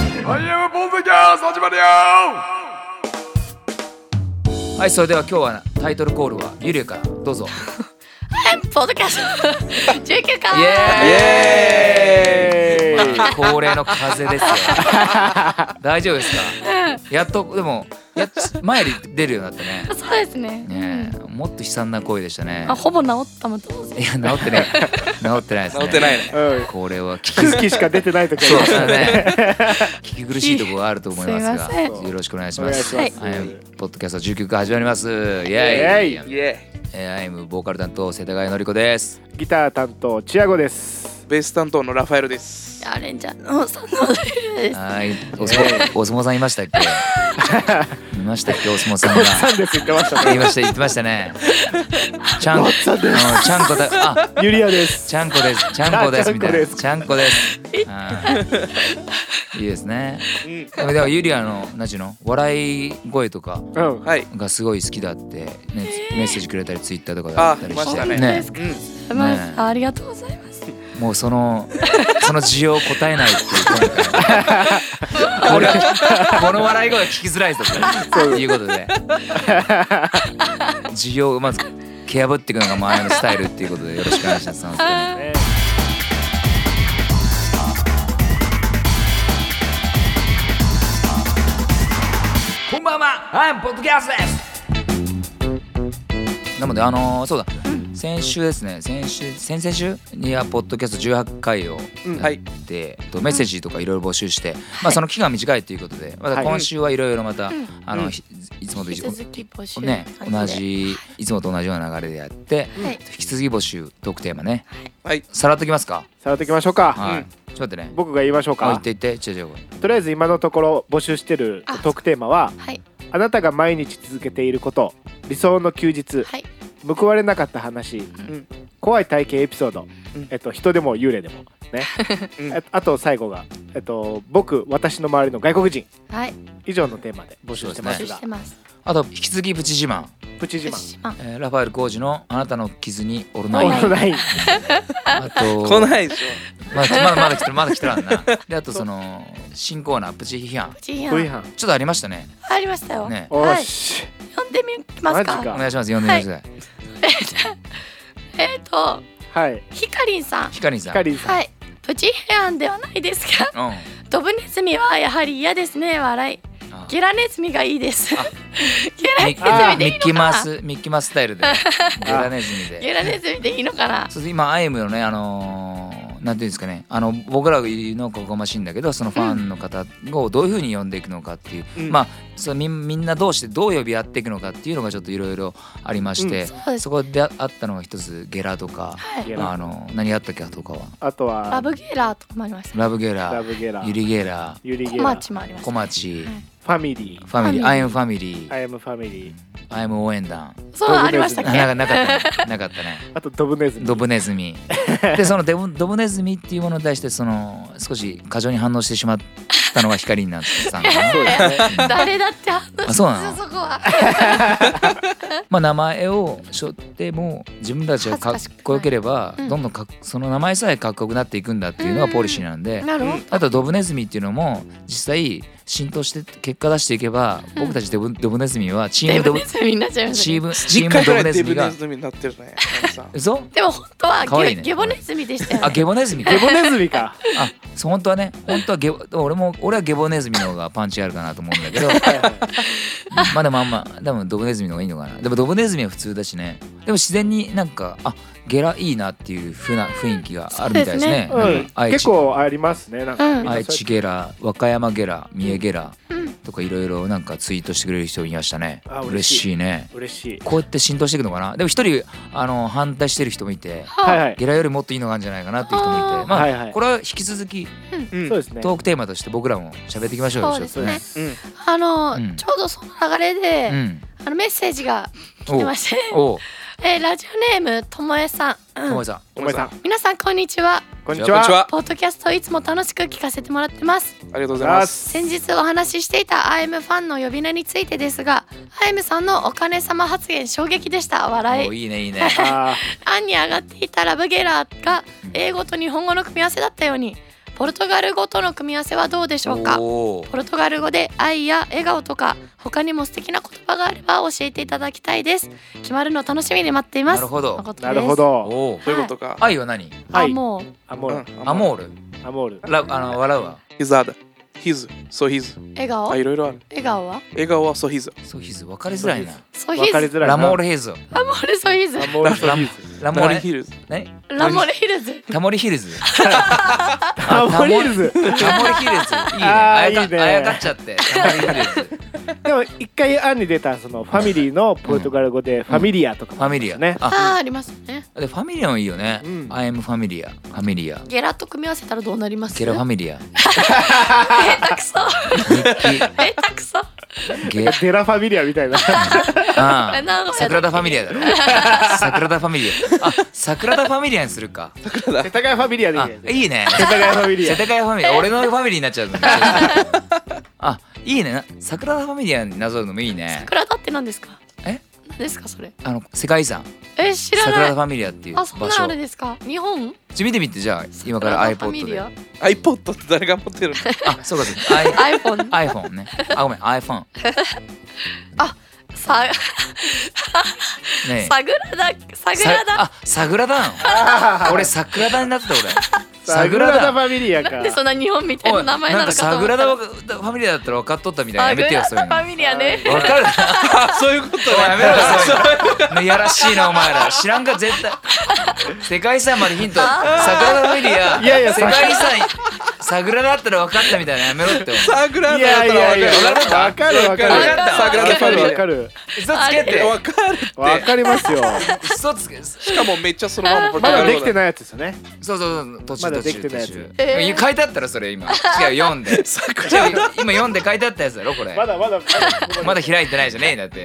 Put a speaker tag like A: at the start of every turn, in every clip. A: ムポンセキャス始まるよ
B: はいそれでは今日はタイトルコールはゆりえからどうぞ
C: ポッドキャスト 19回
B: イエ
A: イエーイ
B: まあ恒例の風ですよ大丈夫ですかやっとでもやっ前より出るようになったね
C: そうですね
B: ねえもっと悲惨な声でしたね
C: うんあほぼ治ったも同
B: い
C: 然
B: や治ってね治ってないですね
D: 治ってないいね。
A: うん
B: これは聞き
A: 気づきしか出てない時
B: そう
A: あ
B: で
A: り
B: す
A: ます
B: ね。聞き苦しいところがあると思います
C: すいま
B: が、
C: せ
B: よろしくお願いします。
A: お願
C: いし
A: ます
B: はいポッドキャスト19回始まります。イエ
A: エ
B: ーイ。
A: イ
D: イエ
B: えーアイムボーカル担当世田谷のりこです。
A: ギター担当チアゴです
D: ーベース担当のラファエルです。
C: あレンジャーのそのです
B: はい、お相撲お相撲さんいましたっけ？いましたっけお相撲さん
A: さ
B: が。
A: んです言ってましたね
B: 言いました言ってましたね。ちゃんこ、うんちゃんこだあ。
A: ユリアです
B: ちゃんこです、ちゃんこです
A: あ
B: みたい
A: ちゃんこ
B: な、
A: です
B: ちゃんこです。はいいいですね。でもでもユリアの何ちゅうの笑い声とか
A: うん
D: はい。
B: がすごい好きだって、ね、メッセージくれたりツイッターとかであ
D: あ
B: ったり
D: ま
B: し
D: してたね
C: そうです
D: う
C: か
D: ん。
C: ま
B: ね
C: あありがとうございます
B: もうその その需要を答えないっていう今回こ れこの笑い声聞きづらいぞということで 需要をまず蹴破っていくのが前のスタイルっていうことでよろしくお願いします本当に。
A: ね
B: こんばんは、はい、ポッドキャストです。なので、あのーそうだ、先週ですね、先週、先々週にはポッドキャスト18回を
A: うん
B: やって、とメッセージとかいろいろ募集して、まあその期間短いということで、また今週はいろいろまた、あ
D: う
B: の
D: ん
B: ひいつもと
C: 引
B: い
C: き
B: つ
C: 続き募集
B: ね、同
C: 感で
B: じいつもと同じような流れでやって、
C: はい
B: 引き続き募集トークテーマね、
D: はい。
B: さらっときますか。
A: さらっていきましょうか
B: は
D: う
B: い
D: ん、
B: ちょっと待ってね。
A: 僕が言いましょう
B: あ、言っ
A: か
B: て言って、ちょいちょい。
A: とりあえず今のところ募集してるトークテーマは
C: はい
A: あなたが毎日続けていること理想の休日
C: はい
A: 報われなかった話、
D: ん
A: 怖い体験エピソード、
D: うん
A: えっと、人でも幽霊でもね、
D: うん
A: ああと最後が、えっと、僕私の周りの外国人
C: はい
A: 以上のテーマで募集してま
C: 募
A: す
C: 集
A: が
C: してます
B: あと、引き続きプチ自慢。
A: プチ自慢
C: 島
B: えーラファエル浩二の「あなたの傷にオル
A: オ
B: ナイン
A: ール」ナイン
B: あ と
D: 来ないでし
B: まだまだまだ来てるまだ来てるわん なであとその新コーナープチ批判
C: プチ 批
A: V
C: 判
A: 班
B: ちょっとありましたね
C: ありましたよ
B: ね
A: お
C: はい
A: し、
C: 読んでみます
A: マジ
B: お
A: か
C: か
B: 願いします読んでみてください、
C: えっと
A: はい、
C: ひかりんさん
B: ヒカリンさ
A: ヒ
B: ん
A: カリンさん、
C: はいプチ批判ではないですか
B: うんあ
C: ドブネズミはやはり嫌ですね笑いゲラネズミがいいです。 ゲラ
B: ミ
C: ネズミでいい
B: ミッ
C: の
B: キー
C: か
B: マウ
C: な。
B: スミッキーマウススタ イルでゲラネズミ
C: ゲ
B: で
C: ラネズミでいいのかな。
B: そうです今アイムのねあのーなんていうんですかねあの僕らのここがましいんだけどそのファンの方をどういうふうに呼んでいくのかっていう、
D: うん
B: まあそのみんみんなどうしてどう呼び合っていくのかっていうのがちょっといろいろありまして、
C: そうです
B: そ。こであったのが一つゲラとか、
C: はい。
A: ゲラ
B: あの何あったっけとかは
A: あとは
C: ラブゲラとかもありました。
B: ラブゲラ
A: ラ、ブゲラ
B: ユリゲラ、
A: ユリ
C: コ
A: ゲ
C: マ
A: ラ
C: チもありまし
B: 小
C: た。
B: 町、
C: はい
A: ファミリー
B: ファミリ
C: ファミリ
B: ー、
C: ー
B: アイムファミリー、
A: I am ファミリー
B: アイム応援団、
C: そうありましたっけ。
B: なな かったね、なかった ね。
A: あとドブネズミ
B: ドブネズ ミ。でそのデブドブネズミっていうものに対してその少し過剰に反応してしまったのが光になってたんだ
A: そうですね
C: 誰だって話
B: あそうなの
C: そこは。
B: まあ、名前を背負っても自分たちがかっこよければ
C: うん
B: どんどんかっその名前さえかっこよくなっていくんだっていうのがポリシーなんで
C: なるほど。
B: あとドブネズミっていうのも実際浸透して結果出していけば僕たちドブドブネズミはチー
C: デ
B: ムド
C: ブ
B: ブ
C: ネズミになっちゃいました
B: チ
C: ね。
B: ームチー
D: 10
B: ム
D: 回
B: ド
D: ぐら
B: ブネ
D: いデ
B: ズミ
D: ブネ
B: が
D: ズミになってるね。さん
B: 嘘
C: でも本当
B: 可
C: は
B: 愛い
C: ゲ
B: ね
C: ゲボネズミでした
B: あ
C: よね。
B: ゲボネズミ
A: デブネズミか
B: あそう本当はね本当はゲボ俺も俺はゲボネズミの方がパンチあるかなと思うんだけどまあでもあんまでもドブネズミの方がいいのかなでもドブネズミは普通だしねでも自然になんかあゲラいいなっていうふうな雰囲気があるみたいですね
A: う
B: なん
A: ん
B: か、愛知
A: 結構ありますねなんか、
C: うん
A: みんなそうや
B: 愛
A: って
B: 知ゲラ和歌山ゲラ三重ゲラ
C: うん
B: とかいろいろなんかツイートしてくれる人いましたね
A: あ嬉
B: 嬉
A: しい
B: しいね
A: 嬉しい
B: こうやって浸透していくのかなでも一人あの反対してる人もいて
A: はい
C: い。
A: はい、
B: ゲラよりもっといいのがあるんじゃないかなっていう人もい
C: あ
B: て
C: ー
B: まあ、
A: はいはい
B: これは引き続き
D: うん
A: そうですね
B: トークテーマとして僕らも喋っていきましょうよ
C: そうです
B: ちょっと
C: ね。
D: うん。
C: あの
B: うん
C: ちょうどその流れ
B: う
C: で
B: ん
C: あのメッセージが来てまして、
B: おう
C: えーラジオネームともえさん。
B: おもえさ
A: お前さん
C: 皆さんこんにちは。
A: こんに
D: じゃあ
A: ち
D: こん
A: は
D: にちは。
C: ポッドキャストをいつも楽しく聞かせてもらってます
D: ありがとうございます。
C: 先日お話ししていた IM ファンの呼び名についてですが IM さんのお金様発言衝撃でした
B: ん
C: 笑
B: お
C: い
B: いいねいいね
A: あ
C: 案に上がっていたラブゲラーが英語と日本語の組み合わせだったようにポルトガル語との組み合わせはどうでしょうか
B: おー
C: ポルトガル語で愛や笑顔とか他にも素敵な言葉があれば教えていただきたいです決まるのを楽しみに待っています
B: なるほど
C: 誠です
A: なるほど
B: おー
D: どういうことか。
B: 愛は何
A: はい
C: あもう
A: アモ
D: う
A: ール
D: ん
B: アモール
A: アモール
B: ラあの笑うわ
D: His other. His. So his.
C: 笑顔
D: あ、い
C: 笑
D: ろいろある。
C: 顔は
D: 笑顔は So his.
B: ソヒズ分かりづらいな
C: ソヒ
A: 分かり
C: ーズ
A: づらいな
B: ラモールヘイズ
C: ラモレソヒーズ
A: アモールソヒーズ
B: ラモ
D: ダリ
B: ー
D: ヒ
B: ル
D: ルズ。
B: 何
C: ラモレヒルズ
B: タモリヒルズ
A: アモールヒルズ
B: タモリヒルズいいね
A: あ
B: あ
A: ー
B: や
A: いいね
B: かあやかっちゃってタモリヒルズ
A: でも一回案に出たそのファミリーのポルトガル語でファミリアとか
B: ファミリ
A: ア
B: ア
A: ね
B: あ
C: あーありますね
B: でファミリアもいいよね
A: うん
B: I am ファミリアファミリア
C: ゲラと組み合わせたらどうなります
B: ゲラファ
C: ミ
B: ミリア
C: 下 手くそ
B: ミッ
C: 下手くそ
B: キー ゲ
A: デラファミリアみたいな
B: あ
C: え
B: あ
C: 名古屋だ
B: 桜田ファミリアだろ桜田ファミリアあ桜田ファミリアにするか
A: 世田谷ファミリアでいい
B: あ
A: ね
B: いいね
A: 世田谷ファミリ
B: 世
A: ア
B: 田谷ファミリア俺のファミリーになっちゃうのあいいねな桜田ファミリアになぞるのもいいね
C: 桜田って何ですか
B: え
C: 何ですかそれ
B: あの世界遺産
C: え知ら
B: 桜
C: な
B: 田
C: い
B: ファミリアっていう場
C: あそん
B: 所
C: なあれですか日本
B: ちょ見てみてじゃあ今から
C: 桜田ファミ
B: iPod
C: リ
B: で
C: ア
D: iPod って誰が持ってるの
B: あそうかそうか I-
C: iPhone
B: iPhone ねあごめん iPhone
C: さ
B: ねえ
C: サグラダサグラ
B: さ
C: ダ
B: あ桜田なの 俺桜田になってた俺
A: サグラダファミリアか
C: でそんな日本みたい
B: お
C: ない名前な
B: なん
C: の
B: か
C: かと
B: サ
C: 思
B: グ
C: った
B: ラ
C: ら
B: ダファミリアだったら分かっとったみたいなやめてよ
C: サ
B: そう
C: グ
B: いうの
C: ラダファミリアね
B: 分かる
D: あ、そういうこと
B: おいやめろよ
D: ね。
B: そういうのやらしいなお前ら知らんか絶対世界遺産までヒント桜田ファミリア
A: いやいや
B: 世界遺産桜だったら分かったみたいなやめろって 嘘
D: サグラ
A: いやいやいや
D: ダだったら
A: わかるわか
B: わ
A: る
B: かった
A: わかるわかるわ
D: わ
A: か
D: か
A: る
B: つけて
D: わかる。わかるって。
A: わかりますよ
B: 嘘つけそ
D: しかもめっちゃそのままポルトガ
A: まだ
D: ル
A: で
D: 語
A: きて
D: だ。
A: ないやつですよね
B: うそうそう途
A: ま
B: 中
A: だ
B: 途
A: できて
B: 中
A: ないや
B: 途
A: つ
B: 中
C: え
B: いや書いてあったらそれ今違う読んで違う今読んで書いてあったやつだろこれ
A: まだまだ
B: まだ開いてないじゃねえだって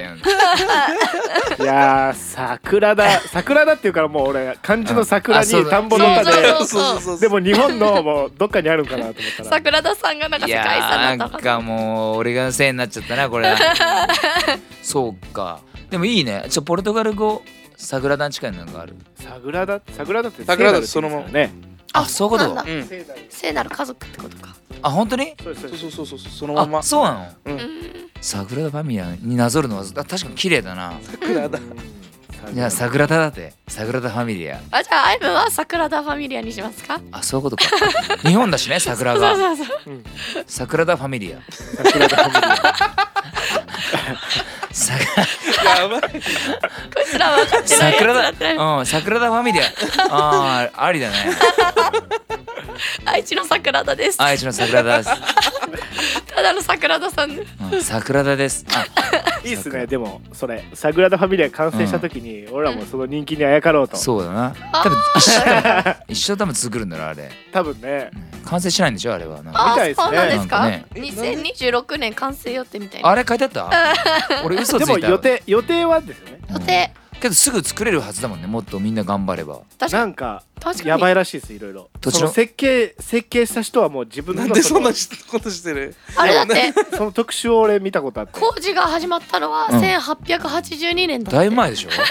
A: いやー桜田桜田っていうからもう俺漢字の桜
B: あそう
A: に
B: だ
A: 田んぼの中
C: そう
A: で
C: そ
D: そう
C: う
D: そうそう。
A: でも日本のもうどっかにあるんかなと思ったら
C: 桜田さんがなんか
B: い
C: 世界遺
B: や
C: 産
B: ー
C: だ
B: な
C: っ
B: ん
C: た
B: かもう俺がせいになっちゃったなこれそうかでもいいねちょポルトガル語桜田に近いのがある
A: 桜田桜田って
D: 桜田ってそのまま
A: 聖なるって
B: あそういうこ
C: そうな
B: と
C: ん
D: うん。
A: 言うんですよね
C: 聖なる家族ってことか
B: あ本当に
A: そうですそう
D: そ
A: で
D: う
A: す
D: そうそうそうそのまま
B: あ。そうなの
D: う
B: 桜田ファミリアになぞるのはあ確かに綺麗だ な
D: 桜だ。
B: いや桜田だって桜田ファミリア
C: あじゃあアイムは桜田ファミリアにしますか
B: あそういうことか日本だしね桜
C: そう
B: が
C: そうそう
B: 桜田ファミリア
A: 桜田ファミリア
B: さ
D: やばい。
C: こいつら分かってないやつだ
B: 桜
C: ってない
B: 田うん桜田ファミリアあーありだね
C: 愛知の桜田です
B: 愛知の桜田です、
C: ただの桜田さんで
B: うん、桜田ですあ
A: いいっすねでもそれ桜田ファミリア完成した時に俺らもその人気にあやかろうと
B: そうだな多分一緒多分一緒多分作るんだろあれ、
A: 多分ね
B: うん完成しないんでしょあれはなんか
C: あ
A: みたいですね
C: そうなんですか
B: なん
C: 2026年完成予定みたいな
B: あれ書いてあった俺嘘つ
A: で
B: いた
A: も予定予定はですよね
C: 予定
B: けどすぐ作れるはずだもんねもっとみんな頑張れば
C: 確か
A: な
C: に
A: んか
C: 確かに
A: やばいらしいですいろいろ
B: どっちの
A: その設計設計した人はもう自分の
D: なんでそんな
A: そ
D: ことしてる
C: あれだって
A: のその特集を俺見たこ とあって
C: 工事が始まったのは
B: うん
C: 1882年だって
B: だいぶ前でしょ
A: だか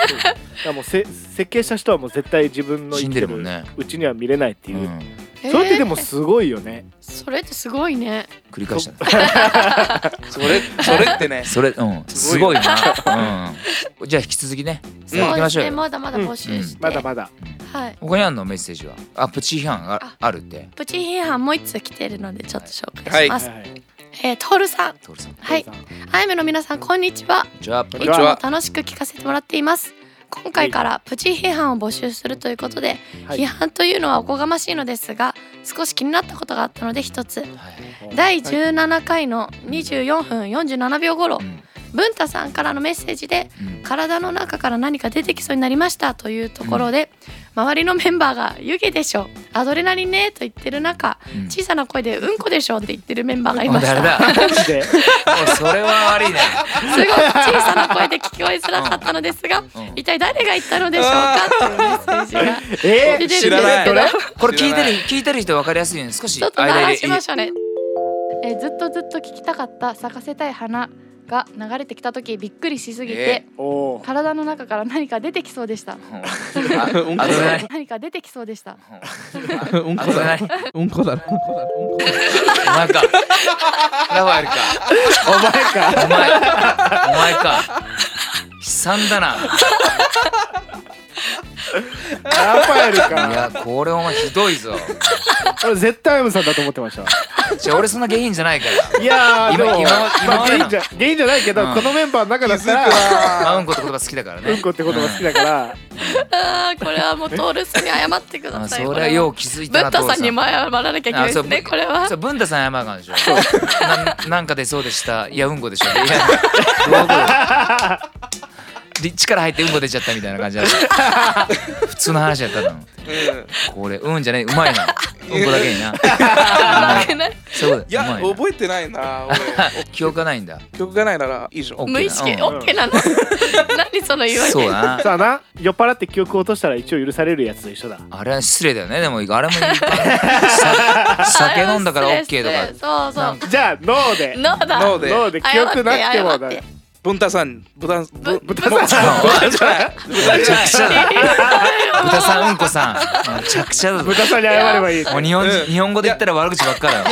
A: らもうせ設計した人はもう絶対自分の生
B: 死
A: きて
B: んでるもん
A: る
B: ね
A: うちには見れないって
B: う
A: いう、
B: ん
A: それってで
C: も
A: もすごいよね、
C: それってすごいね
B: 繰り返したね
D: それ、それってね。
B: それうんす
D: す
B: ご
D: ご
B: いなうんじゃあ引き続きね
C: そう
B: 行き
C: で
B: まし
C: す
B: ょう
C: ね
B: よ
C: まだまだ募集して
A: まだまだ
C: はい
B: 他にあんのメッセージはあプチ批判ああるって
C: プチ批判もう一つ来てるのでちょっと紹介しま
A: はい
C: す
A: はい
C: えートールさん
B: トールさんこ
C: はいアイムの皆さんこんにちは
B: んにちはい
C: いつも楽しく聞かせてもらっています今回からプチ批判を募集するということで、
A: はい
C: 批判というのはおこがましいのですが少し気になったことがあったので一つ
B: はい
C: 第17回の24分47秒頃
B: うん
C: 文太さんからのメッセージで
B: うん
C: 体の中から何か出てきそうになりましたというところで、周りのメンバーが「湯気でしょアドレナリンね」と言ってる中
B: うん
C: 小さな声で「うんこでしょ」って言ってるメンバーがい
B: お
C: ました
B: 誰 だ
A: マジで
B: おいそれは悪いね
C: すごい小さな声で聞き終えづらかったのですが、
B: うん
C: 一体誰が言ったのでしょうかというメッセージが
A: え
C: 出てるんです
D: 知
C: けど
D: らない
A: どれ
B: これ聞い
D: 知らな
B: てる聞いてる人分かりやすいように少し
C: ちょっと
B: 間入
C: 流
B: れ
C: しましょうね。えーずっとずっと聞きたかった咲かせたい花
E: が流れてきた時びっくりしすぎて、
A: おー
E: 体の中から何か出てきそうでした
B: あアドレナリン
E: 何か出てきそうでした
D: うん
B: ア
D: こ
B: ド
D: だ
B: レナ
D: な
B: リン
D: うんこだなうんこだなうんこだな
B: お前かラファエルか
A: お 前か
B: お前お前か悲惨だな
A: ラファエル
B: い
A: か
B: やこれお前ひどいぞ
A: 俺絶対 M さんだと思ってました
B: じゃ俺そんな下品じゃないから
A: いやーで
B: 今
A: も
B: 今今
A: まあ
B: まで
A: 原
B: の
A: 因じゃ原因じゃないけど
B: うん
A: このメンバーの中だった
B: まあ
A: ら
B: うんこって言葉好きだからね
A: うんこって言葉好きだから
C: あーこれはもうトールスに謝ってく
B: あ
C: だ
B: そ
C: さい
B: れはよう気づい
C: ブ
B: た
C: ッ
B: な
C: ダさんに
B: 父
C: も謝らなきゃいけないです
B: あそ
C: ね
B: う
C: これは
B: そう文太さん謝るかんでしょななんか出そうでしたいやうんこでしょいやどういうこと力入ってうんこ出ちゃったみたいな感じだった普通の話やったの
D: うん
B: これうんじゃねえうまいなうんこだけにな
C: あーない
B: そういうこと
D: いや
B: うまいな
D: 覚えてないな俺
B: 記憶がないんだ
D: 曲がないなら以上
B: お
C: 無意識
B: うん
C: OK なの 何その言い訳
B: そうだな
A: さあな酔っ払って記憶を落としたら一応許されるやつと一緒だ
B: あれは失礼だよねでもあれもいいさ酒飲んだから OK とか
C: かそうそ
B: なん
C: う
A: じゃあ脳で
C: ノーだ
D: 脳で
A: 脳で記憶なくても
C: 謝って謝って
D: ブンタさんブタブブタさん
B: めちゃくちゃだ豚さんうんこさんめちゃくちゃだぞ
A: 豚さんに謝ればいい
B: もう日本
D: うん
B: 日本語で言ったら悪口ばっかだよ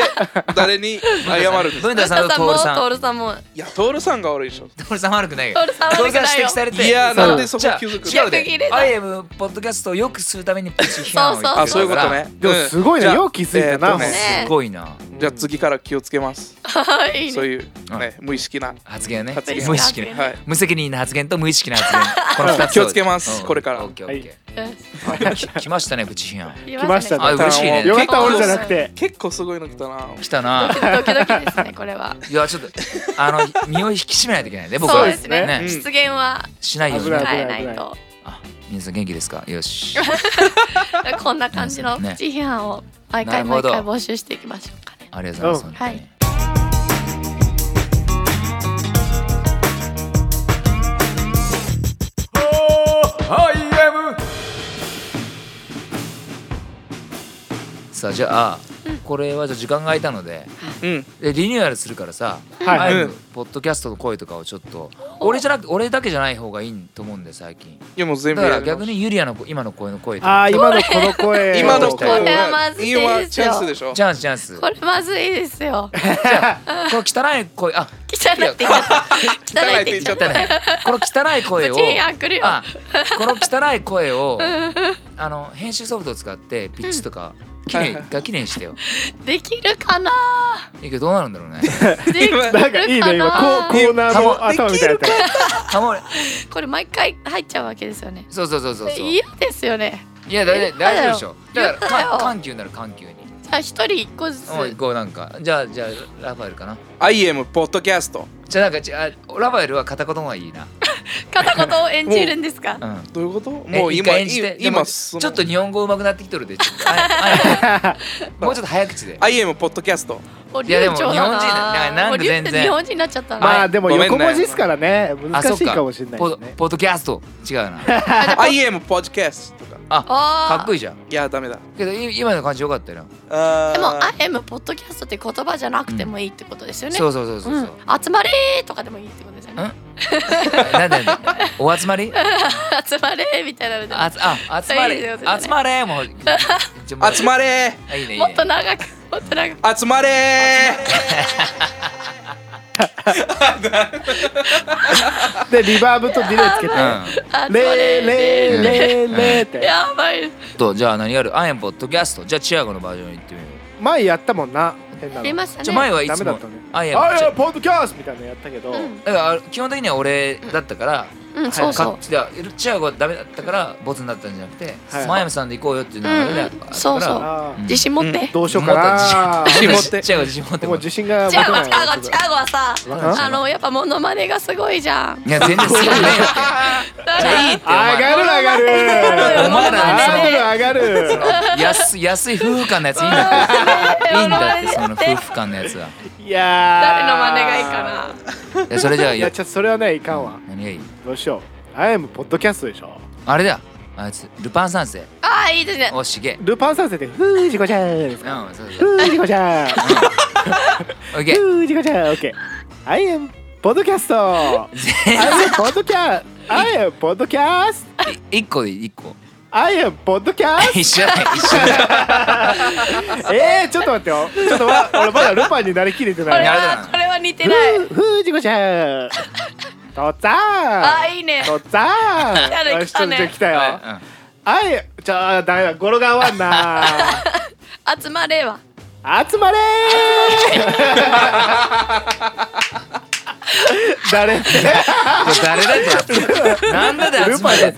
D: 誰に謝るんですか
B: 文太さんと
C: も
B: 徹さん
C: トールさんも
D: いやトールさんが悪いでしょ
B: 徹さん悪くないよ
C: 徹さん悪くない
B: 徹指
C: よ
B: 摘されて
D: いや
B: そう
D: なんでそこ
B: じゃあ
D: 気づくの
B: 違う
C: 逆切れ
B: で
C: だ
B: I am ポッドキャストをよくするためにプチ批判を言ってるから
D: あそういうことね
A: でもすごいなよう気づいたな
D: えーっとね
C: ね
B: すごいな
D: じゃあ次から気をつけます
C: いい
D: そう
C: ね
D: いうね無意識な
B: 発言ね
D: 発言
B: 無意識ね
D: はい
B: 無責任な発言と無意識な 発言この2つを
D: 気をつけます
B: うん
D: これから
B: オッケーオッケ
C: よ
B: ーき来ましたねプチ批判
C: し
A: 来ました
C: ね
B: あ嬉しいね
A: よかった俺じゃ
B: 結構
A: なくて
D: 結構すごいの来たな
B: 来たな
C: ドキドキですねこれはい
B: やちょっとあの身を引き締めないといけないね僕
C: そう
B: は
C: ですね
A: ね
D: うん
C: 失言は
B: しないように
A: 危ない
B: ね
C: 変えない と
B: あ皆さん元気ですかよし
C: こんな感じのプチ批判を毎
B: な
C: 回
B: るほ
C: 毎
B: ど
C: 回募集していきましょうかね
B: ありがとうございます
C: はい
B: 本当にさあじゃあこれはじゃあ時間が空いたので
D: うん
B: でリニューアルするからさ「
A: はい
B: アイム
D: うん
B: ポッドキャストの声」とかをちょっと俺じゃなく俺だけじゃない方がいいと思うんで最近
D: いやもう全
B: だ
D: 部
B: か
D: や
B: ら
D: り直
B: 逆
D: し
B: にユリアの今の声の声とか
A: あー今のこの声
D: 今の
B: こ
D: こ
B: れ
D: れ
C: はまずいですよ
D: 今チャンスでしょ
B: チャンスチャンス
C: こ
B: こ
C: れまずいですよ
B: の汚い声あ
C: 汚いって言っちゃった汚いって言っ ちゃっ
B: 汚いこの汚い声
C: た
B: を
C: プチ批判来るよ
B: あこの汚い声をあの編集ソフトを使ってピッチとかきれいがきれいにしてよ
C: できるかな
B: だけどどうなるんだろうね
C: できる
A: なんかいいね
C: か
A: 今こう
C: な
A: コーナーの頭みたいなや
B: あもう
C: これ毎回入っちゃうわけですよね
B: そうそうそうそうそうい
C: 嫌ですよね
B: や大丈夫大丈夫でしょだか
C: やだ
B: ら
C: よ
B: か緩急になる緩急に
C: じゃあ一人一個ずつ
B: もう行こうなんかじゃあじゃあラファエルかな
D: I am ポッドキャスト
B: じゃあなんかじゃあラファエルは片言の方がいいな
C: 片言を演じるんですか
B: うん
D: どういうことも
B: も
D: う
B: う一
D: 今
B: 回演じて
D: い
B: でも
D: 今
B: ち
D: そ
B: ょ
D: の
B: っと日本語上手くなってき とるでちょっとああもうちょっと早口で
D: I am ポッドキャスト
C: お
B: いやでも
C: 流暢だ
B: 日本人だなんかなんか
C: お流
B: 全然
C: って日本人になっちゃった
A: つ
C: な、
A: まあでも
D: ごめんね
A: 横文字ですからね
B: あそ
A: 難
B: っ
A: しいかもしれない
B: ポ
A: で
B: ド
A: すね
B: ポッドキャスト違うな
D: I am ポッドキャストとか
B: あ
C: あー
B: かっこいいじゃん
D: いやダメだ
B: けどい今の感じよかったよ
D: あー
C: でも「IM ポッドキャスト」って言葉じゃなくてもいいってことですよね。
B: そうそうそうそうそう、
C: うん集まれーとかでもいいってことですよね。
B: なんだよお集まり
C: 集まれーみたいなのでも
B: あつ あ集ま
C: い
B: れ
C: いですよね
B: 集まれ もうじゃもう
D: 集まれ
B: あいいねいい
C: もっ
B: ね
C: と長くもっと長く
D: 集まれ
A: でリバーブとディレイつけて
B: う
C: 集ま
A: レ
B: う
A: ーレー
B: ん
A: レーレーって
C: やばい。
B: んとじゃあ何やるアイアンポッドキャストじゃあチアゴのバージョンいってみよう
A: 前やったもんな変な
C: 出
A: の
C: ました
B: じ
C: ね。
B: ゃあ前はい
A: ダ
B: つ
A: メだ
B: も
A: ったね
B: アイアン
A: あい
B: じゃ
A: やポッドキャストみたいなのやったけど
C: うん
B: だから基本的には俺だったから、
C: うんそうそ
B: か
C: う。
B: じゃあチアゴはダメだったからボツになったんじゃなくて、
A: はい
B: マヤムさんで行こうよっていう流れであったから、
C: うんそうそう
A: あ
B: うん
A: ー
C: 自信持って。
A: どうしようかな
D: 自信持って
B: チアゴ自信持って
A: もう自信が持
C: チ
A: て
C: ャ
A: な
C: ゴ
A: い
C: チャゴチャゴはさ
A: うん
C: あのやっぱモノマネがすごいじゃん。
B: いや全然すごいね
C: だから
B: いいってお
A: 上
B: 前
A: がる上がる
B: お前らね
A: ハードル上がる
B: 安安い夫婦間のやついいんだっていいんだってその夫婦間のやつはい
A: や
C: 誰の
A: マ
C: 真
A: ネ
C: 似がいいか
B: いやそれじゃあ
A: い
B: や
A: やちょっとそれはねいかんわ
B: 何がいい
A: どうしよう I am ポッドキャストでしょ
B: あれだあいつルパン三世
C: な。ああいいですね。
B: おしげ
A: ルパン三世でフージコちゃんです
B: うん
A: か
B: そうそう
A: フージコちゃん
B: オッケー
A: フージコちゃんオッケー I am ポッドキャスト I am ポッドキャ I am ポッドキャスト
B: 一個でいい一個
A: I am ポッドキャス
B: 一緒だよ一緒だよ
A: トえー、ちょっと待ってよちょっとわ俺まだルパンになりきれて
C: こ
A: な
C: れ
A: い
B: なる
C: は
B: ほど
C: これは似て
A: ふ
C: ない。
A: うふうじこちゃんとっつぁ
C: あ
A: ん
C: いいね。
A: とっつぁん
C: 誰
A: よしちょっと
C: 来たね
A: ちょっと来たよ
B: は
A: あいちょあダメだ語呂が合わんな
C: 集まれは。
A: 集まれ ー誰
B: いうんこれ誰だってなんだで集ま
A: ル
B: れ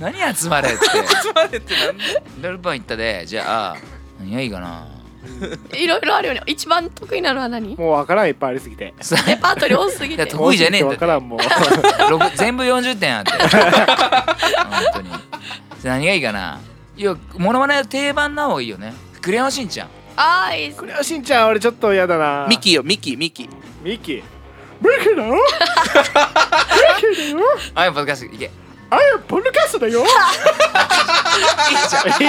B: 何集まれって
D: 集まれってなんだ
B: ルパン言ったでじゃあ何がいいかない
C: ろいろあるよね。一番得意なのは何？
A: もうわからんいっぱいありすぎて
B: さ
C: レパートリー多すぎ
B: い
C: て
B: や。得意じゃねえんだ
A: わから んもう
B: 六全部40点あって本当に何がいいかないやモノマネは定番な方がいいよねクレヨンしんちゃん
C: あーいいっす
A: クレヨンしんちゃん俺ちょっと嫌だな
D: ミキよミキミキ
A: ミキミキだよミキだよ
B: あやっぱ難しいいけ
A: あいポッドキャストだよいい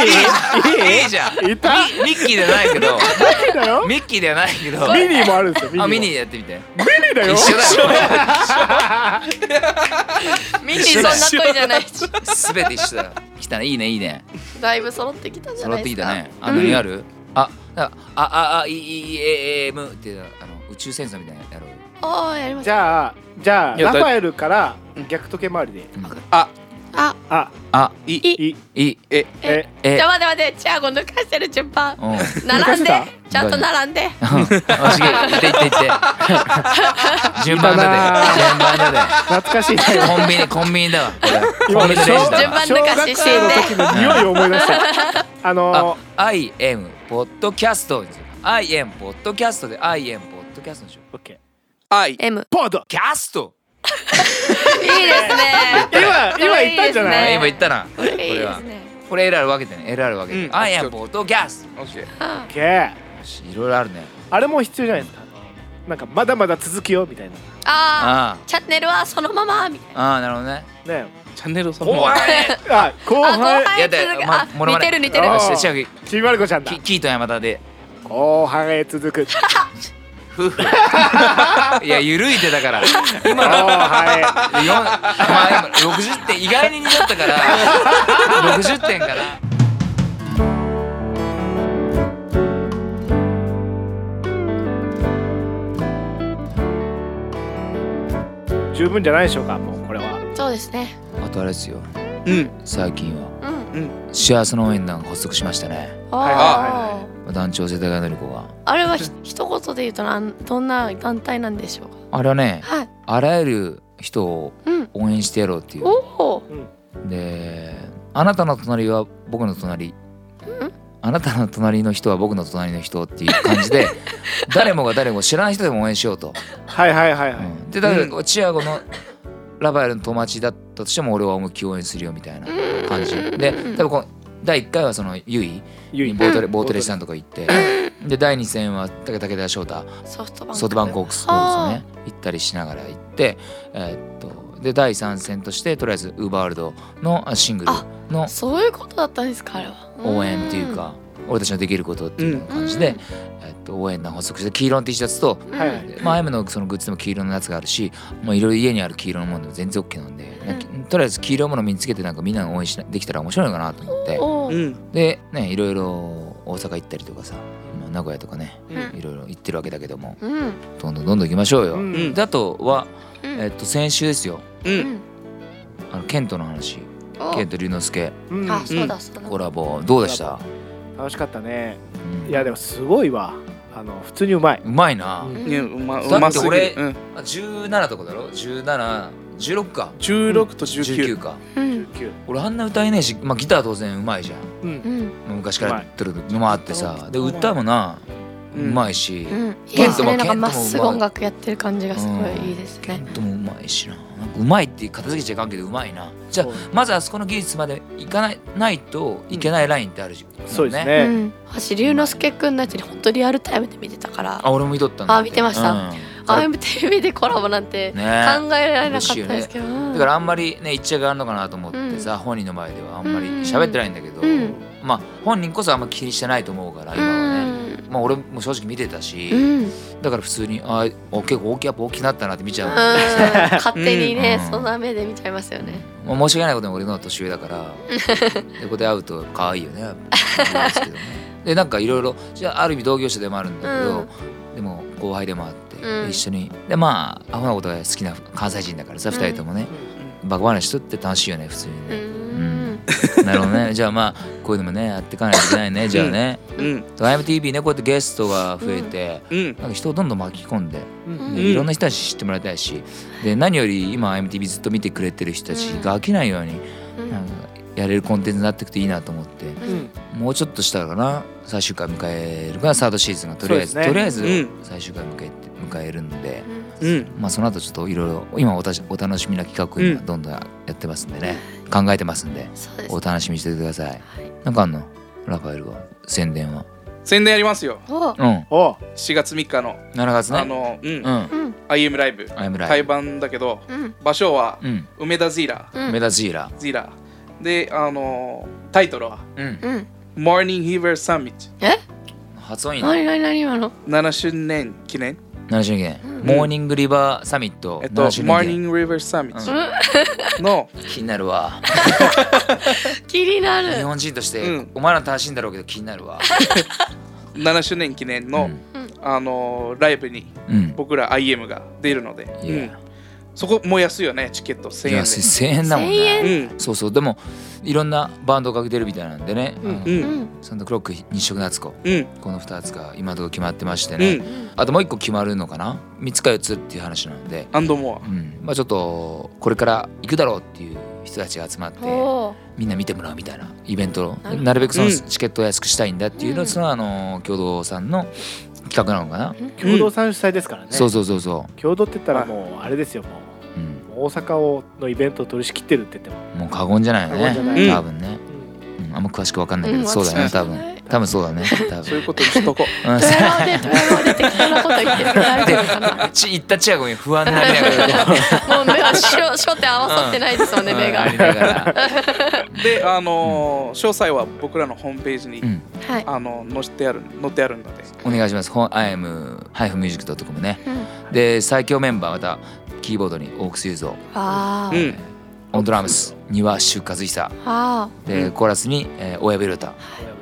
A: いい
B: いいじゃん
A: いたミ
B: ミッキーではないけど
A: キだよ
B: ミッキーではないけど
A: ミニーもあるんですよ
B: あミ
A: ニ
B: ニ
A: ー
B: ーやってみて
A: ミニーだよ
B: 一緒だよ
C: ミニーそんな得意じゃないし。
B: 全て一緒だよ来たねいいねいいね
C: だいぶ揃ってきたじゃ
B: 揃
C: な
B: っ
C: い
B: てき
C: です
B: た
C: か。
B: ねあ何あるああああいいいいええむってあの宇宙戦争みたいなやろう
C: ああやりまし
A: じ
C: た。
A: ゃあじゃあ
D: いや
A: ラ
D: だ
A: ファエルから逆時計回りで
C: あ
A: あ
B: あ
D: い
A: い
B: いい
D: え
C: え
A: え
B: え
C: じゃあ待って待って。チャゴ抜かしてる順番。
B: うん
C: 並ん
A: 抜
C: で
A: かし
C: ちゃんと並んで。
B: うんあ、すげえ、行って行って行って。順番だで、順番だ
A: 懐かしいね
B: で。コンビニ、コンビニだわ。これコ
A: 今
B: ンビニ
A: 俺
B: と
A: 小
B: レ
A: 小
B: ジ
A: 学
B: だわ
C: 順番。
A: 生の時の匂いを思い出したあ
B: あ
A: の、
B: I am ポッドキャストですよ。I am ポッドキャストで、I am ポッドキャストでしょ。
A: オッケー
D: I
C: M。
A: ポード
B: キャスト
C: いいですね。
A: 今今言ったんじゃ
C: こ
A: な
C: れいいですね
A: い
B: 今言ったな。こ
C: これいい
B: れ
C: で
B: は
C: す。ね。
B: これ L あるわけだね。L あるわけ
D: う
B: で。
D: ん
B: I am ポッドキャスト
D: オッケー
C: あ
A: オッケー
B: よし。いろいろあるね。
A: あれも必要じゃないですかなんかまだまだ続きよみたいな
B: あ
C: あー。チャンネルはそのままみたい
B: あ、ああ、なるほどね。
A: ね
D: チャンネルをそのま
B: お
D: ま
B: い
A: あ後
C: な。あ後
A: 輩
C: 輩
B: や
C: 続
B: だ
C: く
B: よ、
C: あ似てる似てる。
A: あ
B: よ
A: ー
B: し、じゃあ、
A: ちびまる子ちゃんだ
B: きキート山田で。
A: 後半へ続く
B: いや、ゆるいてだから。
A: 後半へ
B: でよんまあ今60点意外に似だったから60点かな
A: 十分じゃないでしょうかもうこれは
C: そうですね。
B: あとあれですよ
D: うん
B: 最近は
C: うん。
B: 幸せの応援団が発足しましたね
C: あ
A: はいはいはい
C: あ。
B: 団長世田谷のり子が
C: あれはひ一言で言うとなんどんな団体なんでしょう
B: あれはね
C: か。はい。
B: あらゆる人を
C: うん。
B: 応援してやろうってい
C: お
B: う
C: お。
B: であなたの隣は僕の隣あなたの隣の人は僕の隣の人っていう感じ で誰もが誰もが知らない人でも応援しようと
A: はいはいはいはい
B: でだから、チアゴのラバエルの友達だったとしても俺は思いっきり応援するよみたいな感じで多分この第1回はそのユイ
A: ゆい
B: ボートレボートレしたんとか行ってで第2戦は武田翔太
C: ソフトバンク。
B: ソフトバンクホークスホークスね行ったりしながら行ってえーっとで第3戦としてとりあえずウーバーワールドのあシングルの
C: そういうことだったんですかあれは。
B: 応援っていうか俺たちのできることっていうような感じで、えっと、応援団発足して黄色の T シャツと
C: うん。
A: はい
B: でまあ、アイムのそのグッズでも黄色のやつがあるし、まあ、いろいろ家にある黄色のものでも全然 OK なんで、なんかとりあえず黄色いもの身につけてなんかみんなの応援しなできたら面白いのかなと思って
C: おお
D: う。ん
B: で、ね、いろいろ大阪行ったりとかさ、まあ、名古屋とかね
C: うん
B: いろいろ行ってるわけだけども
C: うん。
B: どんどんどんどん行きましょうよ。
A: うん
D: うん
B: であとは、
C: う
B: えっ
C: ん。
B: と、先週ですよ
D: う
C: うんん。
B: あのケントの話
C: お
B: ケント龍之介
A: うん
C: あ、そうだそうだ。
B: コラボどうでした、
A: 楽しかったね
B: うん
A: いやでもすごいわあの普通にうまいう
B: まいな、
C: うん
D: ねうまう
B: だ
D: ま
B: って
D: すぎ
B: 俺
D: るうん
B: あ17とかだろ1716か
D: 16と19
B: 19か
C: うん。
A: 19
B: 俺あんな歌えねえし、まあ、ギター当然うまいじゃん
A: うん
C: うん。
B: 昔からやってるのもあってさで歌もなう
D: うん
B: まいし、
C: うん。いい
B: ケ
C: で
B: ン
C: す
B: トも
C: ね。なん
B: ケ
C: か
B: ントも
C: まっすぐ音楽やってる感じがすごいいいです
B: ケ
C: ね
B: ン。トもうまいしななんかうまいって片付けちゃいかんけどうまいなじゃあ
A: そう
B: まずあそこの技術までいかないないといけないラインってあるじゃん、
A: そうです
C: う
A: ね
C: ん。私龍之介くんのやつに本当リアルタイムで見てたから。
B: あ俺も見とったんだ
C: あ見てました
B: うんだ
C: IMTV でコラボなんて考え
B: ね
C: られなかったですけど。うん
B: からあんまりね一致があるのかなと思ってさ、本人の前ではあんまり喋ってないんだけど、
C: うん
B: まあ本人こそあんま気にしてないと思うから今はね、
C: う
B: まあ俺も正直見てたし、
C: うん、
B: だから普通にあーお結構大きいアップ大きくなったなって見ちゃう、
C: うん勝手にね、
B: うん
C: そんな目で見ちゃいますよね。
B: まあ、申し訳ないことに俺の方が年上だからでここで会うと可愛いよねやっぱですけ どねでなんかいろいろじゃあある意味同業者でもあるんだけど、でも後輩でもあって、
C: うん
B: 一緒にでまあアホなことが好きな関西人だからさ
C: うん
B: 二人ともね、バカ話しとって楽しいよね普通に
C: う
B: ね、
C: ん、
B: なるほどね じゃあまあこういうのもねやっていかないといけないねじゃあね
D: うん
B: 「IMTV」ねこうやってゲストが増えて、
D: うん
B: なんか人をどんどん巻き込んで
C: うん
B: でいろんな人たち知ってもらいたいしで何より今 IMTV ずっと見てくれてる人たちが飽きないように、
C: うん
B: なんかやれるコンテンツになっていくといいなと思って
A: うん
B: もうちょっとしたらかな最終回迎えるからサードシーズンがとりあえず、
A: そうですね
B: とりあえず
D: うん
B: 最終回迎えて迎えるので、
D: うん
B: まあその後ちょっといろいろ今おたしお楽しみな企画を今どんどんやってますんでね、考えてますんで
C: そうです
B: お楽しみにしててください。
C: はい
B: なんかあんのラファエルは宣伝は
D: 宣伝やりますよ
C: お
B: うん
A: おう
D: 4月3日の
B: 7月ね
D: あのうん
B: うん
C: うん、
D: IM ライブ
B: アイムライ
D: 対
B: ブ
D: バンだけど
C: うん、
D: 場所は
B: うん
D: 梅田ゼーラ
C: うん、
B: メダジーラ
D: ゼーラであのタイトルは
B: うん
C: うん、
D: 「Morning Fever Summit
C: え、
B: 発音いい
C: な
B: な
C: になになに今の。」
D: 7周年記念
B: 何周年
C: うん
B: モーニングリバーサミット
D: えっと
B: 7周年
D: Morning River Summit
C: うん
D: の
B: 気になるわ
C: 気にな
B: 日
C: る。
B: 本人として、
D: うん
B: お前ら正しいんだろうけど気になるわ。
D: 7周年記念の、あのライブに
B: うん。
D: 僕ら IM が出るので、
B: いや、
D: うんそこも安いよねチケット1000
B: いやせ1000円だもん
C: 1000円
B: ね。
D: 円で
B: そうそうでもいろんなバンドが出るみたいなんでね、あの
D: うんう
C: うんん、
B: サンドクロック日食夏子
D: うん
B: この2つが今のところ決まってまして
D: う
B: ね、
D: ん
B: あともう1個決まるのかな3つか4つっていう話なんで、
D: アンドモ
B: うんまあ、ちょっとこれから行くだろうっていう人たちが集まって
C: おー
B: みんな見てもらうみたいなイベント
C: なる
B: をなるべくその
D: うん
B: チケットを安くしたいんだっていうの
C: うん
B: そのあの共同さんの企画なのかな、
A: 共同参主催ですからね、
B: そうそうそうそ
A: 共同って言ったらもうあれですよも
B: う、うん、
A: う大阪をのイベントを取り仕切ってるって言って
B: も
A: も
B: う過言じゃないよ
A: 過言
B: ね
A: じゃない
B: 多分ね、うん、あんま詳しくわかんないけど、
C: ん
B: そうだね
C: 私
B: 多
C: 知ら
B: 分
C: ない
B: 多分そうだね多
D: アそう
B: 分
D: いうことにしとこう
B: うん
C: ドヤ顔でドヤ顔で適当なこと言ってる大丈夫かな
B: ち言ったちはごめん不安になりながら
C: もう目はしょしょって合わさってないですもんね目が
B: うんあ
C: は
B: りながら
D: であのー詳細は僕らのホームページに、
B: うん
C: い
D: あの載せてある載ってあるので
B: お願いしますほん im-music.com ね
C: うん
B: で最強メンバーまたキーボードにオークスユーゾ
C: わ
D: うん
C: ー
B: ーオンドラムスには周和久
C: わ
B: で、
D: うん
B: コーラスに、えー、親ベルタ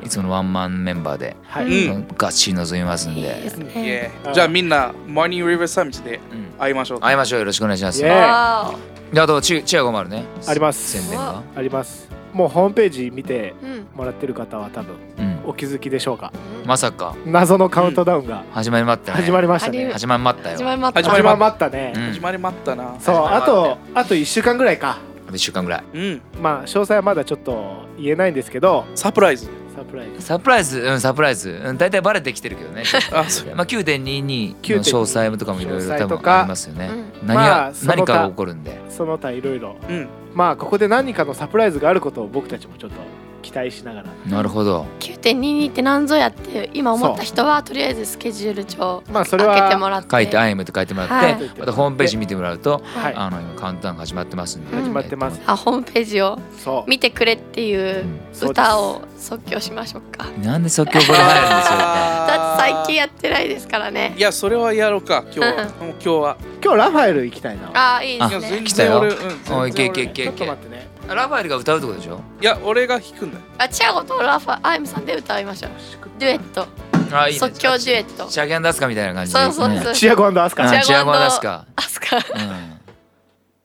B: いつものワンマンメンバーで、
A: は
C: う
A: い、
D: ん
B: がっちり臨みます
C: ー
B: ん
C: いいで
B: です
D: い
C: ね
D: えじゃあみんな Morning River Summit で
B: うん
D: 会いましょう
B: 会いましょうよろしくお願いします
A: イエーイ
C: わ
B: であとチチアゴもあるね
A: あります
B: 宣伝が
A: ありますもうホームページ見て
C: ーうん
A: もらってる方は多分
B: うん
A: お気づきでしょうか
B: まさか
A: 謎のカウントダウンが
B: 始まりまったね
A: 始まりました
C: うん
A: ね
B: 始まりまったよ
C: 始まりまった
D: 始ま
A: 始
D: り
A: まりまったね、
B: うん
D: 始まりまったな
A: そうあとあと1週間ぐらいか
B: 1週間ぐらい
D: うん
A: まあ詳細はまだちょっと言えないんですけど
D: サプライズ
A: サプライズ
B: サプライズうんサプライズうん大体バレてきてるけ どね
D: あそう
B: まあ9.22の詳細とかもいろいろ多
A: 詳細と
B: 分
A: か
B: ありますよね
C: う
B: 何
A: ま
B: が
A: あその他
B: 何かが起こるんで
A: その他いろいろ
D: うん
A: まあここで何かのサプライズがあることを僕たちもちょっと期待しながら
B: なるほど
C: 9.22って何ぞやって今思った人はとりあえずスケジュール帳
A: まあそれ
C: 開けて
A: は
C: もらって
B: 書いて「IM」と書いてもらっ
C: は
B: て
A: い
B: またホームページ見てもらうと
A: はい
B: あの今カウントダウンが始まってますんで
C: うん始
A: まってます
C: あホームページを
A: そう
C: 見てくれっていう
B: うん
A: そうです
C: 歌を即興しましょうか
B: なんで即興これ入るんですよね
C: だって最近
D: や
C: やってないですからね
D: いやそれはやろうか今日はもう今日は
A: 今日ラファエル行きたいな
C: ああいい
D: い
C: で
D: や
C: すね
D: 全
B: 来た
D: 然
B: よ
D: 俺うん全然
B: おいけいけ
D: 俺
B: いけ
A: ち
B: い
A: ょっと
B: け
A: 待ってね
B: ラファエルが歌うってことでしょ
D: いや俺が弾くんだよ
C: あチアゴとラファアイムさんで歌いましょうデュエット
B: あいいね
C: 即興デュエット
B: チャギアンダスカみたいな感じで
C: そうそうそう
B: ね
A: チアゴアスカ
C: チ
B: うん
C: ア
B: チア
C: ゴ
B: ゴ
C: ア
B: ア
C: ン
B: ン
C: ダ
B: ダ
C: ス
B: ス
C: カ
B: カ
C: アスカ
B: うん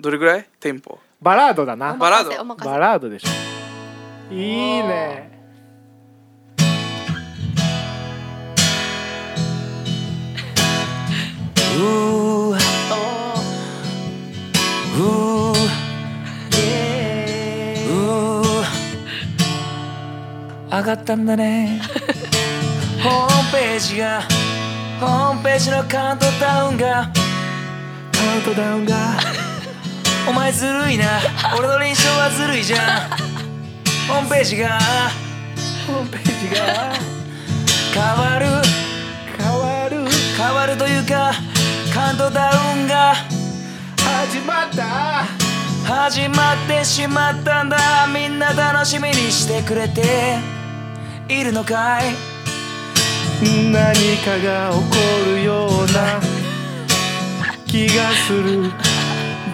D: どれぐらいテンポ
A: バラードだな
D: バラード
C: お任せお
A: バ
C: 任
A: ラードでしょいいね
B: うー
C: せおー
B: うーうー上がったんだねホームページがホームページのカウントダウンがカウントダウンがお前ずるいな俺の臨床はずるいじゃんホームページがホームページが変わる変わる変わるというかカウントダウンが
A: 始まった
B: 始まってしまったんだみんな楽しみにしてくれているのかい
A: 何かが起こるような気がする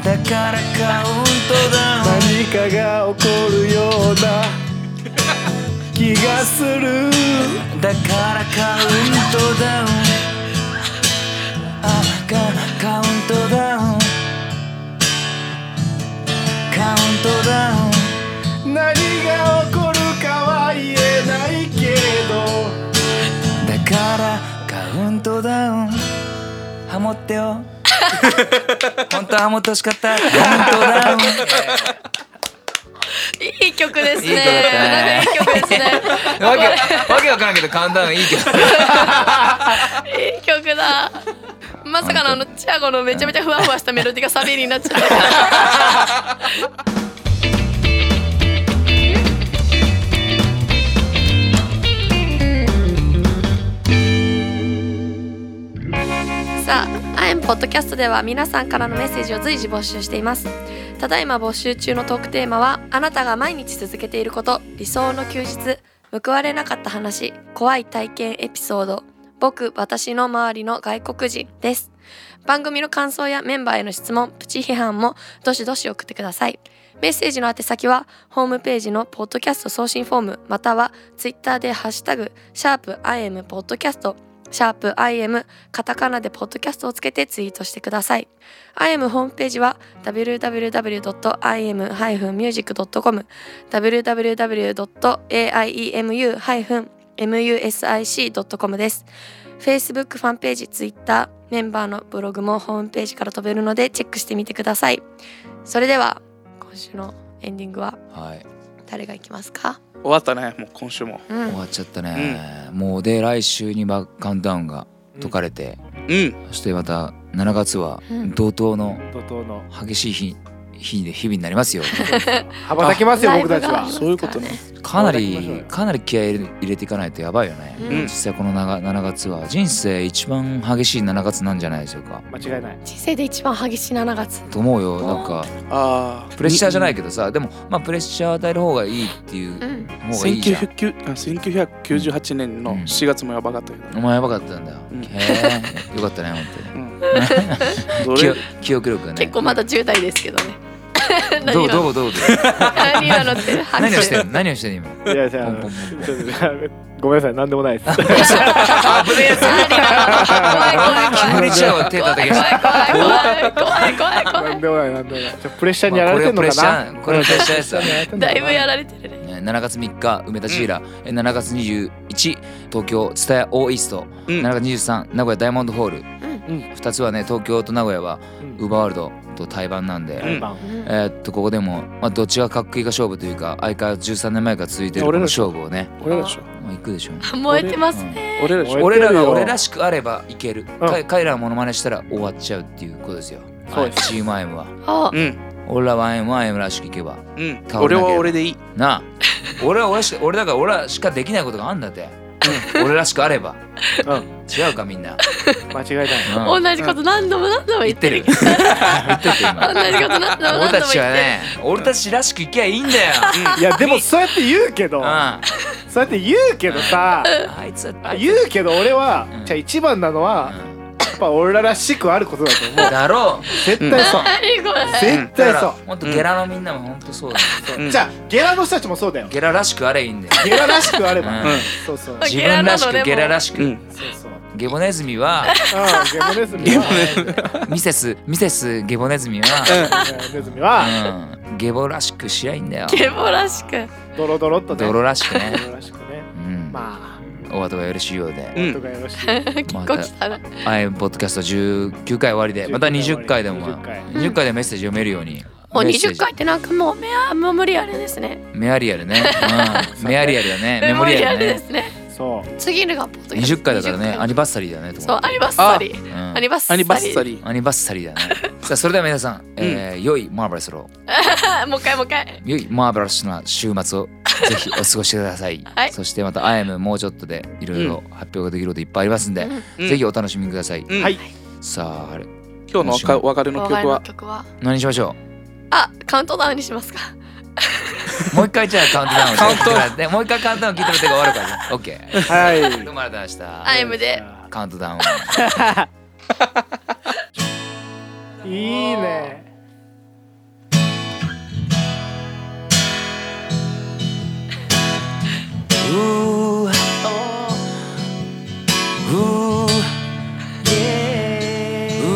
B: だからカウントダウン
A: 何かが起こるような気がする
B: だからカウントダウンあかカウントダウンカウントダウン
A: 何が起こるかは言えないけど
B: だからカウントダウンハモって よ本当はハモってほしかったカウントダウン
C: いい曲ですね。
B: いい曲だったね
C: いい曲ですね。
B: わけわけわからんけどカウントダウンいいけど
C: いい曲だ。まさかのあのチアゴのめちゃめちゃふわふわしたメロディーがサビになっちゃった。さあ、アエンポッドキャストでは皆さんからのメッセージを随時募集しています。ただいま募集中のトークテーマは、あなたが毎日続けていること、理想の休日、報われなかった話、怖い体験エピソード、僕、私の周りの外国人です。番組の感想やメンバーへの質問、プチ批判もどしどし送ってください。メッセージの宛先はホームページのポッドキャスト送信フォームまたはツイッターでハッシュタグシャープ i m ポッドキャストシャープ i m カタカナでポッドキャストをつけてツイートしてください。i m ホームページは www.im-music.com www.aiemu-music.com です。Facebook ファンページ、Twitter、メンバーのブログもホームページから飛べるのでチェックしてみてください。それでは今週のエンディングは
B: はい
C: 誰が行きますか、
D: 終わったねもう今週も
C: うん
B: 終わっちゃったね、もうで来週にはカウントダウンが解かれて、
D: うん
B: そしてまた7月は
C: うん
B: 怒涛の
A: 怒涛の
B: 激しい日日で日々になりますよ
A: 羽ばたきますよ
C: ライ
A: 僕
C: ブ
A: たち
C: があり
A: は
C: ますか
D: そ
C: らね
D: ういうことね
B: かな
A: 頑張っていきましょう
B: り
A: よ
B: かなり気合い入れ入れていかないとやばいよね、
C: うん
B: 実際この7 7月は人生一番激しい7月なんじゃないでしょうか
A: 間違いない
C: 人生で一番激しい7月
B: と思うよなんか
D: ああ
B: プレッシャーじゃないいけどさでもまあプレッシャー与える方がいいっていう
C: うん
B: 方がいいじゃん
D: 1909あ1998年の4月もやばかったけど
B: お前やばかったんだ、
D: うん
B: へえよかったね本
D: うん
B: 当
D: ど
B: に記
D: れ
B: 憶記憶力がね
C: 結構まだ10代ですけどね
B: どう
C: なの
B: どうどうどう
C: 何なのって
B: 何をして
C: る
B: る何をしてる今
A: いやいやあ
B: ポ
A: の
B: ンポンポン
A: ちょっとごめんなさい何でもないです
B: あぶねえ
C: 何なの怖い怖い怖い
B: 急にチアを手叩き出した
C: 怖い怖い怖い怖い怖い
A: 何でもない何でもないちょプレッシャーにや
B: まあ
A: ら
B: こ
A: れ
B: れ
A: て
B: は
A: ん
B: プ
A: の
B: レッシャーこれは
A: かな
B: プレッシャーですよね
C: だいぶやられてるね
B: ね7月3日梅田シーラ、え7月21東京蔦屋オーイースト、
D: うん
B: 7月23名古屋ダイヤモンドホール、
A: ん
B: 2つはね東京と名古屋はウーバーワールドと対バンなんで、
D: うん
C: うん
B: えーっとここでも、まあ、どっちがかっこいいか勝負というか相変わらず13年前から続いてるこ
D: 俺
B: の
D: ら
B: 勝負をね、
D: 俺らでしょ
B: まあ、いくでしょう、
C: 燃えてます
B: うん
C: ね
D: 俺らでしょ
B: 俺らが
A: よ
B: 俺らしくあればいける、
A: うん
B: か彼らがモノマネしたら終わっちゃうっていうことですよ
A: そうです
B: はいチームアイムは
C: あ
D: うん
B: 俺らはアイムはアイムらしくいけば
D: うん
B: 倒れ
D: 俺
B: なければ
D: は俺でいい
B: なあ俺は俺しか俺だから俺らしかできないことがあんだって、俺らしくあれば
A: うん
B: 違うかみんな、
A: 間違いない
B: うん、
C: 同じこと何度も何度も
B: 言
C: 言っ
B: ってて
C: る
B: る言 ってるって今
C: 同じこと何度も
B: 俺
C: 何度
B: た
C: も
B: ち
C: 言
B: は
C: ってる
B: ね俺たちらしくいきゃいいんだよ、
A: いやでもそうやって言うけど
B: うん、あ
A: そうやって言うけどさ
B: いつは
A: あ言うけど俺は
B: うん
A: じゃあ一番なのは
B: うん
A: やっぱ俺ららしくあることだと思う
B: だろう
A: 絶対そう
C: 何これ
A: 絶
B: だ
A: 対
B: から
A: そ
B: ほんとゲラのみんなもほんとそうだよ、
D: う
A: うんじゃあゲラの人たちもそうだよ
B: ゲラらしくあれいいんだよ
A: ゲラらしくあれば
B: うん
A: そうそう
C: あ
B: 自分らしく
C: ゲ
B: ゲ
C: ラ
B: ラ
C: な
B: らしく、
D: うん
A: そうそううん
B: ゲボネズミは
A: ゲボネズミは
B: ミセスミセスゲボネズミは、
A: ゲボネズミは
B: うん、ゲボらしくしりゃいいんだよ
C: ゲボらしく
A: ドロドロっとね
B: 泥らしく ね、
A: ドロらしくね
B: うん、
A: ま
B: お後がよろしいようで
A: あ音がよろしい
C: 結構来たな
B: 「アイムポッドキャスト19回終わりでまた20回でも
A: 20回
B: 20回でメッセージ読めるように。
C: もう
B: メッセー
C: 20
B: ジ
C: 回ってなんかもう目はもう無理あれですね
B: メアリアルね、うん、メアリアルだねメ
C: メ
B: モ
C: モ
B: リ
C: リ
B: ア
C: ア
B: ル
C: ル
B: だ
C: で
B: ね
C: すね
A: そ
C: 次のがポッドキャスト
B: 20回だからね
C: 20
B: アニバッサリーだねと
C: そう
B: 思
C: アニバッサリー
B: う、うん
C: アニバッサ
D: ア
C: リ
D: ニ
C: ー
D: バッサリー
B: アニバッサリーだ ねさあそれでは皆さん、えー良いマーベラスロ
C: あもう一回もう一回
B: 良いマーベラスな週末をぜひお過ごしくだ さい、
C: はい
B: そしてまた「アイムもうちょっとでいろいろ発表ができることいっぱいありますんで、
D: うん
B: ぜひお楽しみください、
D: うん
A: うはい
B: さああれ
D: 今日のおかお別れの
C: お
D: 曲
C: 別れの
D: は
C: 曲は
B: 何にしましょう
C: あカウントダウンにしますか
B: もう一回じゃあカウントダウン
D: カウント
B: してもらってもう一回カウントダウン聞いてもらって終わるからね OK
A: はい
B: どうもありがとうございま
C: ア
B: し
C: イムで
B: たカウントダウン
A: いいね
B: うーうーう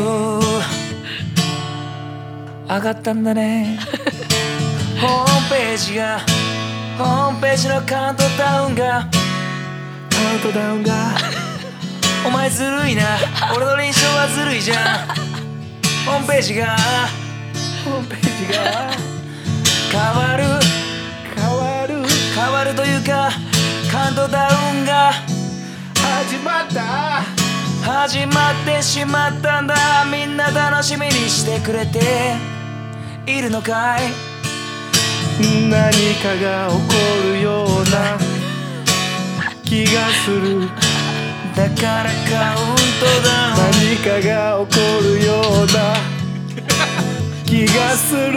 B: ー上がったんだねホームページがホームページのカウントダウンが
A: カウントダウンが
B: お前ずるいな俺の臨床はずるいじゃんホームページが
A: ホームページが
B: 変わる
A: 変わる
B: 変わるというかカウントダウンが
A: 始まった
B: 始まってしまったんだみんな楽しみにしてくれているのかい
A: 何かが起こるような気がする
B: だからカウントダウン
A: 何かが起こるような気がする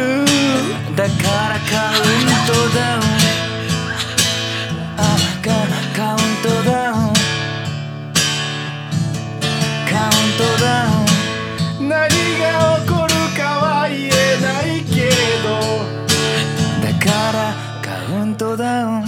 B: だからカウントダウンあかカウントダウンカウントダウン
A: 何が起こるかは言えないけど
B: だからカウントダウン